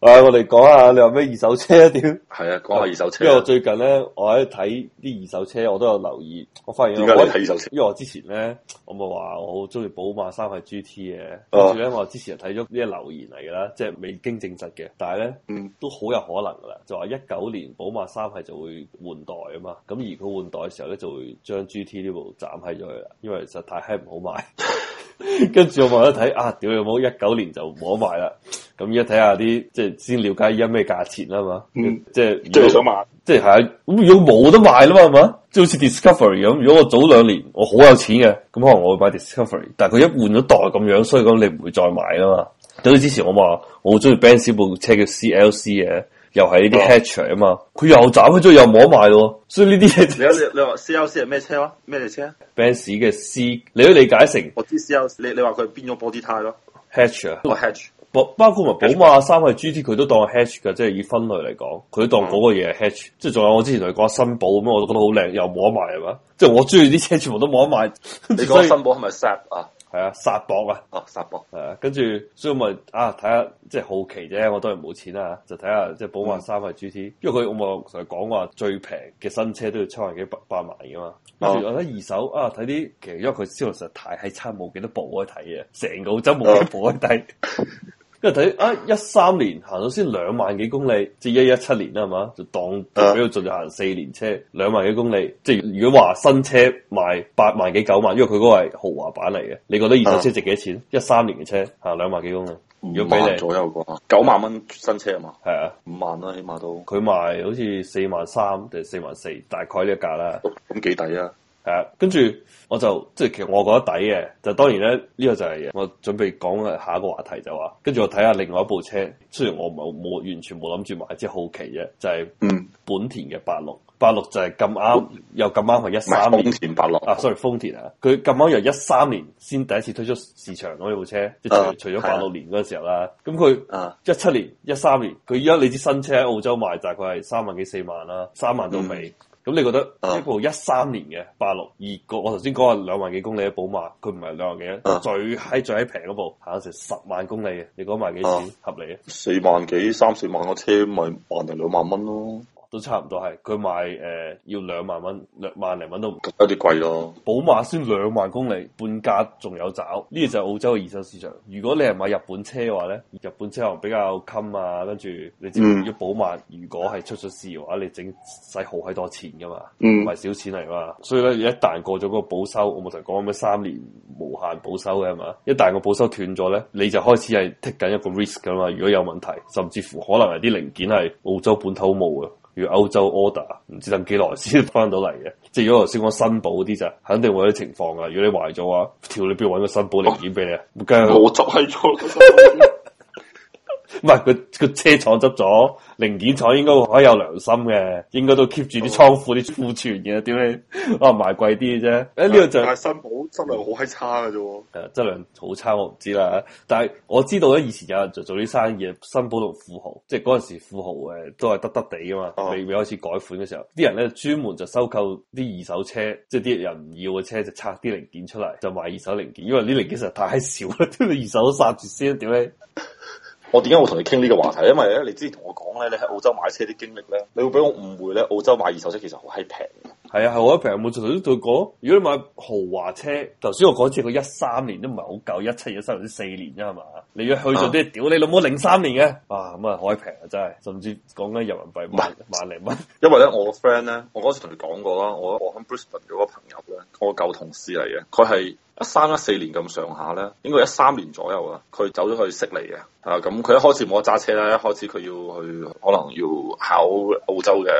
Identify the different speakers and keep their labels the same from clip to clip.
Speaker 1: 唉、我哋講下你話咩二手車屌，
Speaker 2: 係啊，講下二手車
Speaker 1: 因為我
Speaker 2: 啊。
Speaker 1: 最近咧，我喺睇啲二手車，我都有留意，我發現
Speaker 2: 點解
Speaker 1: 我
Speaker 2: 你睇二手車？
Speaker 1: 因為我之前咧，我咪話我好中意寶馬三系 GT 嘅，跟
Speaker 2: 哦
Speaker 1: 住咧我之前就睇咗呢啲留言嚟噶啦，即係未經證實嘅，但係咧
Speaker 2: 嗯
Speaker 1: 都好有可能噶啦，就話一九年寶馬三系就會換代啊嘛，咁而佢換代嘅時候咧就會將 GT 呢部斬喺咗佢啦，因為實在太閪唔好賣。 跟住我望一睇啊，屌你冇一九年就冇得賣啦，咁而家睇下啲即係先了解依家咩價錢啦嘛，
Speaker 2: 嗯
Speaker 1: 即係
Speaker 2: 即係你想買，
Speaker 1: 即係係咁，如果冇得賣啦嘛，係嘛？即係好似 Discovery 咁，如果我早兩年我好有錢嘅，咁可能我會買 Discovery，但係佢一換咗代咁樣，所以咁你唔會再買啦嘛。就好似之前我話我好中意 Benz 部車叫 CLC 嘅，又係呢啲
Speaker 2: 哦
Speaker 1: hatcher 啊嘛，佢又斬咗之後又冇得賣咯，所以呢啲
Speaker 2: 你
Speaker 1: 嘢
Speaker 2: 你你話 C L C 係咩車啊？咩嚟車啊？
Speaker 1: Benz 嘅 C，你都理解成
Speaker 2: 我知 C L C，你你話佢邊種 body type 咯？
Speaker 1: hatcher。
Speaker 2: 個 hatch
Speaker 1: 包包括埋寶馬三系 GT 佢都當 hatch 嘅，即係以分類嚟講，佢都當
Speaker 2: 嗯
Speaker 1: 嗰個嘢係 hatch。即係仲有我之前同你講新寶咁樣，我都覺得好靚，又冇得賣係嘛？即係我中意啲車全部都冇得賣。你
Speaker 2: 你 講新寶係咪 Sap 啊？
Speaker 1: 係啊，殺博啊！
Speaker 2: 哦，Sap 喎
Speaker 1: 係啊，跟住所以我咪啊睇下，即係好奇啫。我當然冇錢啦，就睇下即係寶馬三系 GT，因為佢我咪同佢講話最平嘅新車都要七萬幾百百萬噶嘛。跟住我睇二手啊，睇啲其實因為佢銷量實在太係差，冇幾多部可以睇嘅，成個澳洲冇幾多部可以睇。跟住睇啊，一三年行咗先兩萬幾公里，即係一一七年啦，係嘛？就當
Speaker 2: 啊
Speaker 1: 俾佢盡就行四年車，兩萬幾公里。即係如果話新車賣八萬幾九萬，因為佢嗰個係豪華版嚟嘅，你覺得二手車值幾多錢？一三年嘅車行兩萬幾公里，如
Speaker 2: 五
Speaker 1: 果俾
Speaker 2: 萬
Speaker 1: 你
Speaker 2: 左右啩，九萬蚊新車啊嘛，
Speaker 1: 係啊，
Speaker 2: 五萬啦，起碼都
Speaker 1: 佢賣好似四萬三定四萬四，大概呢一價啦。
Speaker 2: 咁幾抵啊！
Speaker 1: 係啊，跟住我就即係其實我覺得抵嘅，就當然咧呢、個就係我準備講嘅下一個話題就話，跟住我睇下另外一部車，雖然我冇冇完全冇諗住買，即係好奇啫，就係、
Speaker 2: 嗯，
Speaker 1: 本田嘅八六，八六就係咁啱，又咁啱係一
Speaker 2: 哦唔係
Speaker 1: 三年
Speaker 2: 豐田百樂
Speaker 1: 啊，sorry，豐田啊，佢咁啱又一三年先第一次推出市場嗰部車，即係
Speaker 2: 啊
Speaker 1: 除除咗
Speaker 2: 係啊
Speaker 1: 八六年嗰時候啦，咁佢。
Speaker 2: 啊，
Speaker 1: 一七年、一三年，佢依家你知新車喺澳洲賣大概係三萬幾四萬啦，三萬到尾。咁、你覺得
Speaker 2: 啊
Speaker 1: 一部一三年嘅八六二個，我頭先講話兩萬幾公里嘅寶馬，佢唔係兩萬幾，
Speaker 2: 啊
Speaker 1: 最閪最閪平嗰部行咗成十萬公里嘅，你講賣幾
Speaker 2: 啊
Speaker 1: 錢、合理啊？
Speaker 2: 四萬幾三四萬個車咪萬零兩萬蚊咯，
Speaker 1: 都差唔多係，佢賣誒、呃要兩萬蚊，兩萬零蚊都唔。
Speaker 2: 有啲貴咯。
Speaker 1: 寶馬先兩萬公里，半價仲有找，呢個就係澳洲嘅二手市場。如果你係買日本車嘅話咧，日本車可能比較襟啊，跟住你知唔
Speaker 2: 嗯
Speaker 1: 知寶馬如果係出咗事嘅話，你整使好閪多錢噶嘛，唔
Speaker 2: 嗯
Speaker 1: 係少錢嚟嘛。所以咧，一旦過咗嗰個保修，我咪同你講咩三年無限保修嘅係嘛，一旦個保修斷咗咧，你就開始係 take 緊一個 risk 噶嘛。如果有問題，甚至乎可能係啲零件係澳洲本土冇嘅。啊要歐洲 order，唔知等幾耐先翻到嚟嘅。 即係如果頭先講新保嗰啲就肯定會有啲情況噶。如果你壞咗啊，條你邊度揾個新保零件俾你啊？梗係
Speaker 2: 我執喺咗，
Speaker 1: 唔係佢佢車廠執咗，零件廠應該可以有良心嘅，應該都 keep 住啲倉庫啲庫存嘅。點解可能賣貴啲嘅啫？誒、呢個就
Speaker 2: 但係新保質量好閪差嘅啫喎。
Speaker 1: 誒質量好差，我唔知啦。但係我知道咧，以前有人就做啲生意，新寶同富豪，即係嗰陣時富豪誒都係得得地噶嘛，
Speaker 2: 哦
Speaker 1: 未未開始改款嘅時候，啲人咧專門就收購啲二手車，即係啲人唔要嘅車就拆啲零件出嚟，就賣二手零件，因為呢零件實在太少啦， 二手都殺住先，點咧？
Speaker 2: 我點解會同你傾呢個話題？因為咧，你之前同我講咧，你喺澳洲買車啲經歷咧，你會俾我誤會咧，澳洲買二手車其實好閪平嘅。
Speaker 1: 係啊，係我一平冇做都對過。如果你買豪華車，頭先我講住佢一三年都唔係好夠，一七、一三年四年啫係嘛？你要去咗啲，屌你老母零三年嘅，哇咁啊好閪平啊真係，甚至講緊人民幣萬萬零蚊。
Speaker 2: 因為咧，我個 friend 咧，我嗰時同你講過啦，我我喺 Brisbane 嗰個朋友咧，我個舊同事嚟嘅，佢係一三一四年咁上下咧，應該一三年左右啦，佢走咗去悉尼嘅，啊咁佢一開始冇得揸車啦，一開始佢要去可能要考澳洲嘅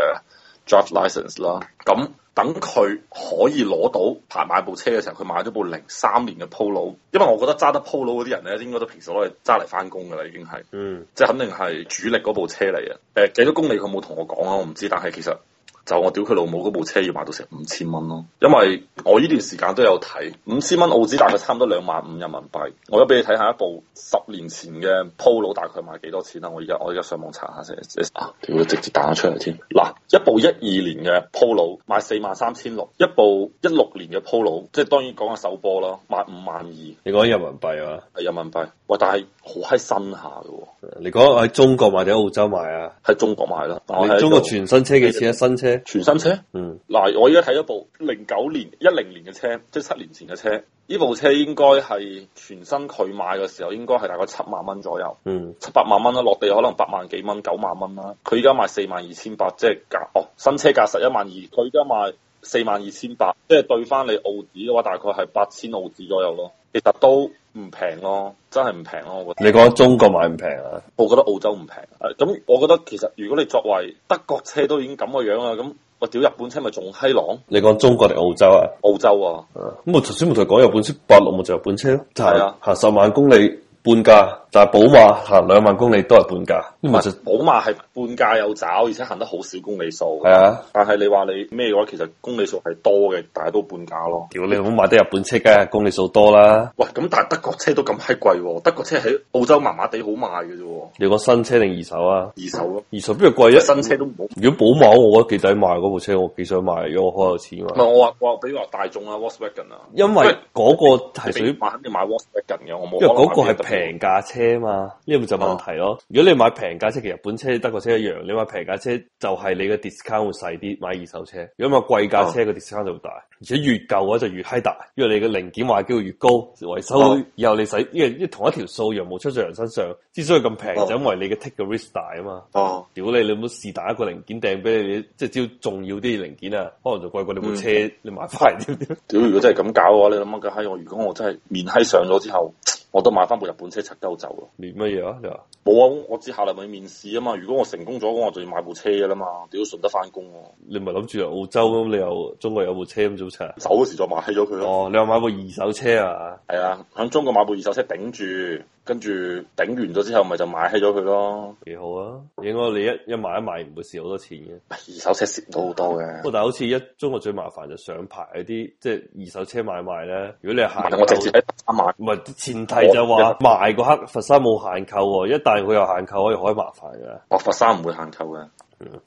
Speaker 2: drive license 啦，咁等佢可以攞到牌買部車嘅時候，佢買咗部零三年嘅 Polo，因為我覺得揸得 Polo 嗰啲人咧，應該都平時攞嚟揸嚟翻工㗎啦，已經係。
Speaker 1: 嗯，
Speaker 2: 即係肯定係主力嗰部車嚟嘅。誒、幾多公里佢冇同我講啊，我唔知。但係其實就我屌佢老母嗰部車要賣到成五千蚊咯，因為我呢段時間都有睇五千蚊澳紙大概差唔多兩萬五人民幣。我而家俾你睇下一部十年前嘅 Polo 大概賣幾多錢啦。我而家我而家上網查下先。啊，屌你直接彈咗出嚟添。嗱，一部一二年嘅 Polo 賣四萬三千六，一部一六年嘅 Polo，即係當然講下首波啦，賣五萬二。
Speaker 1: 你講人民幣啊？
Speaker 2: 係人民幣，喂，但係好閪新下嘅喎，
Speaker 1: 你講喺中國賣定喺澳洲賣啊？
Speaker 2: 喺中國買啦。但我
Speaker 1: 你
Speaker 2: 喺
Speaker 1: 中國
Speaker 2: 度
Speaker 1: 全新車幾錢啊？新車？
Speaker 2: 全新車。
Speaker 1: 嗯，
Speaker 2: 嗱，我而家睇咗部零九年、一零年嘅車，即係七年前嘅車。呢部車應該係全新佢買嘅時候，應該係大概七萬蚊左右，
Speaker 1: 嗯，
Speaker 2: 七八萬蚊啦，落地可能八萬幾蚊、九萬蚊啦。佢而家賣四萬二千八，即係價哦，新車價十一萬二，佢而家賣四萬二千八，即係對翻你澳紙嘅話，大概係八千澳紙左右咯。其實都唔平咯，真係唔平咯，我覺得。
Speaker 1: 你講中國買唔平啊？
Speaker 2: 我覺得澳洲唔平。誒咁我覺得其實如果你作為德國車都已經咁嘅樣啦，咁我屌日本車咪仲閪狼？
Speaker 1: 你講中國定澳洲啊？
Speaker 2: 澳洲啊，
Speaker 1: 咁我頭先咪同佢講日本車八六咪就日本車咯，就
Speaker 2: 係
Speaker 1: 係
Speaker 2: 啊
Speaker 1: 行十萬公里半價，但係寶馬行兩萬公里都係半價，咁咪就
Speaker 2: 寶馬係半價有找，而且行得好少公里數。
Speaker 1: 係啊！
Speaker 2: 但係你話你咩嘅話，其實公里數係多嘅，但係都半價咯。
Speaker 1: 屌你好買得日本車，梗係公里數多啦。
Speaker 2: 喂，咁但係德國車都咁閪貴喎，德國車喺澳洲麻麻地好賣嘅啫喎，
Speaker 1: 你講新車定二手啊？
Speaker 2: 二手咯，
Speaker 1: 二手邊度貴啫？
Speaker 2: 新車都唔好。
Speaker 1: 如果寶馬，我覺得幾抵買嗰部車，我幾想買，如果我開有
Speaker 2: 唔
Speaker 1: 錢
Speaker 2: 係
Speaker 1: 嘛。
Speaker 2: 我話我話，比如話大眾啊 w a s w a g o n 啊，
Speaker 1: 因為嗰個係屬於
Speaker 2: 你買肯定買 w a s w a g o n 嘅，我冇
Speaker 1: 因為
Speaker 2: 可能
Speaker 1: 嗰個
Speaker 2: 買
Speaker 1: 係
Speaker 2: BMW
Speaker 1: 平價車嘛，呢個咪就
Speaker 2: 啊
Speaker 1: 問題咯。如果你買平價車，其實日本車、德國車一樣，你買平價車就係你嘅 discount 會細啲，買二手車。如果買貴價車，個 discount 就會大，而且越舊嘅話就越閪大，因為你嘅零件壞機會越高，維修
Speaker 2: 哦
Speaker 1: 以後你使，因為因為同一條數羊毛出在人身上，之所以咁平
Speaker 2: 哦
Speaker 1: 就因為你嘅 take 嘅 risk 大啊嘛。
Speaker 2: 哦。
Speaker 1: 屌你，你冇是但一個零件掟俾你，即係只要重要啲零件啊，可能就貴過你部車，
Speaker 2: 嗯
Speaker 1: 你買翻嚟添。
Speaker 2: 屌，如果真係咁搞嘅話，你諗下，閪我如果我真係面閪上咗之後，我都買翻部日本車七鳩走咯。
Speaker 1: 你乜嘢啊？你話？
Speaker 2: 冇啊，我知下禮拜面試啊嘛。如果我成功咗，咁我就要買部車噶啦嘛。屌，順得翻工喎，
Speaker 1: 你咪諗住嚟澳洲咁，你又中國有部車咁早茶？
Speaker 2: 走嗰時再買閪咗佢咯。
Speaker 1: 哦，你又買部二手車啊？
Speaker 2: 係啊，喺中國買部二手車頂住，跟住頂完咗之後，咪就買閪咗佢咯。
Speaker 1: 幾好啊！應該你一一買一賣唔會蝕好多錢嘅。
Speaker 2: 二手車蝕唔到好多嘅
Speaker 1: 不。過但係好似一中國最麻煩就上牌嗰啲，即係二手車買賣咧。如果你係限
Speaker 2: 唔係我直接
Speaker 1: 購，
Speaker 2: 喺三買。
Speaker 1: 唔係前提就話賣嗰刻佛山冇限購喎，一旦佢有限購，可以好麻煩㗎。
Speaker 2: 哦，佛山唔會限購嘅，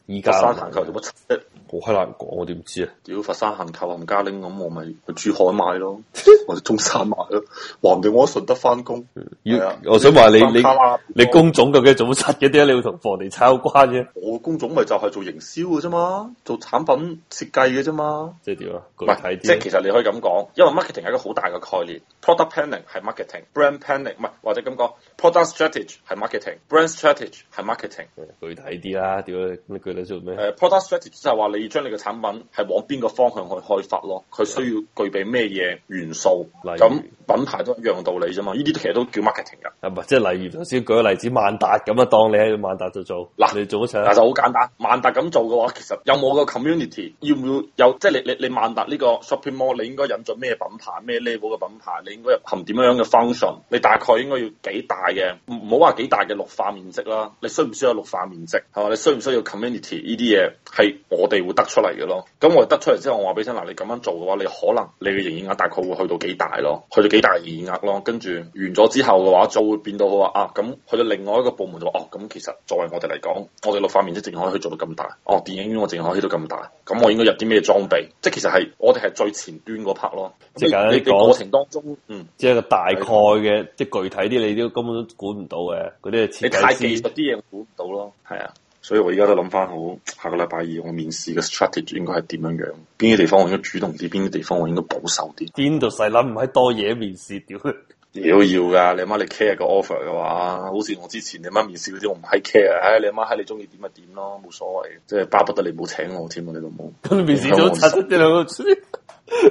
Speaker 1: 依家
Speaker 2: 佛山限購做乜柒？
Speaker 1: 好閪難講，我點知啊？
Speaker 2: 屌佛山行購冚家拎咁，我咪去珠海買咯，或者中山買咯，話唔定我都順德翻工。
Speaker 1: 要
Speaker 2: 係啊
Speaker 1: 我想話你你
Speaker 2: 卡拉
Speaker 1: 你工種究竟做乜柒嘅？點解你會同房地產有關嘅？
Speaker 2: 我工種咪就係做營銷嘅啫嘛，做產品設計嘅啫嘛。
Speaker 1: 即係點啊？具
Speaker 2: 唔
Speaker 1: 體
Speaker 2: 係，即
Speaker 1: 啲
Speaker 2: 係
Speaker 1: 啊。
Speaker 2: 其實你可以咁講，因為 marketing 係一個好大嘅概念，product planning 係 marketing，brand planning 唔係或者咁講，product strategy 係 marketing，brand strategy 係 marketing。
Speaker 1: 具體啲啦，屌你你具體做咩
Speaker 2: 誒、？product strategy 就係話你要將你嘅產品係往邊個方向去開發咯，佢需要具備咩嘢元素。
Speaker 1: 例如
Speaker 2: 咁品牌都一樣道理啫嘛，呢啲其實都叫 marketing 㗎。
Speaker 1: 啊，唔係，即係例如頭先舉個例子，萬達咁啊，當你喺萬達度做，
Speaker 2: 嗱
Speaker 1: 你做乜
Speaker 2: 但
Speaker 1: 柒
Speaker 2: 就好簡單，萬達咁做嘅話，其實有冇個 community，要唔要有即係你你你萬達呢個 shopping mall，你應該引進咩品牌、咩 level 嘅品牌，你應該入含點樣嘅 function，你大概應該要幾大嘅，唔唔好話幾大嘅綠化面積啦，你需唔需要有綠化面積係嘛？你需唔需要 community 呢啲嘢係我哋會得出嚟嘅咯。咁我哋得出嚟之後，我話俾你聽嗱，你咁樣做嘅話，你可能你嘅營業額大概會去到幾大咯，去到幾大嘅營業額咯。跟住完咗之後嘅話，就會變到話啊，咁去到另外一個部門就話哦，咁其實作為我哋嚟講，我哋綠化面積淨可以去做到咁大，哦，電影院我淨可以去到咁大，咁我應該入啲咩裝備？即係其實係我哋係最前端嗰 part 咯。
Speaker 1: 即係簡單
Speaker 2: 你你
Speaker 1: 講
Speaker 2: 過程當中，嗯，
Speaker 1: 即係一個大概嘅，即係具體啲，你都根本都管唔到嘅，嗰啲係
Speaker 2: 你
Speaker 1: 設計
Speaker 2: 太技
Speaker 1: 師
Speaker 2: 術。啲嘢我估唔到咯，係啊。所以我而家都諗翻好，下個禮拜二我面試嘅 strategy 應該係點樣樣？邊啲地方我應該主動啲，邊啲地方我應該保守啲？
Speaker 1: 邊度細諗唔係多嘢面試，屌 你！
Speaker 2: 屌要噶，你媽你 care 個 offer 嘅話，好似我之前你媽面試嗰啲我唔閪 care，唉你媽閪你中意點咪點咯，冇所謂，即係巴不得你冇請我添啊，你老母，
Speaker 1: 咁你面試早柒咗你兩個 出，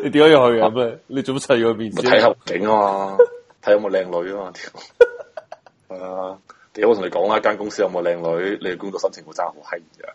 Speaker 1: 你點解要去啊？咩？你做乜柒要去面
Speaker 2: 咪睇下
Speaker 1: 試？
Speaker 2: 環境啊嘛，睇有冇靚女啊嘛，啊屌，係啊，屌我同你講啦，間公司有冇靚女，你嘅工作心情會爭好閪遠嘅。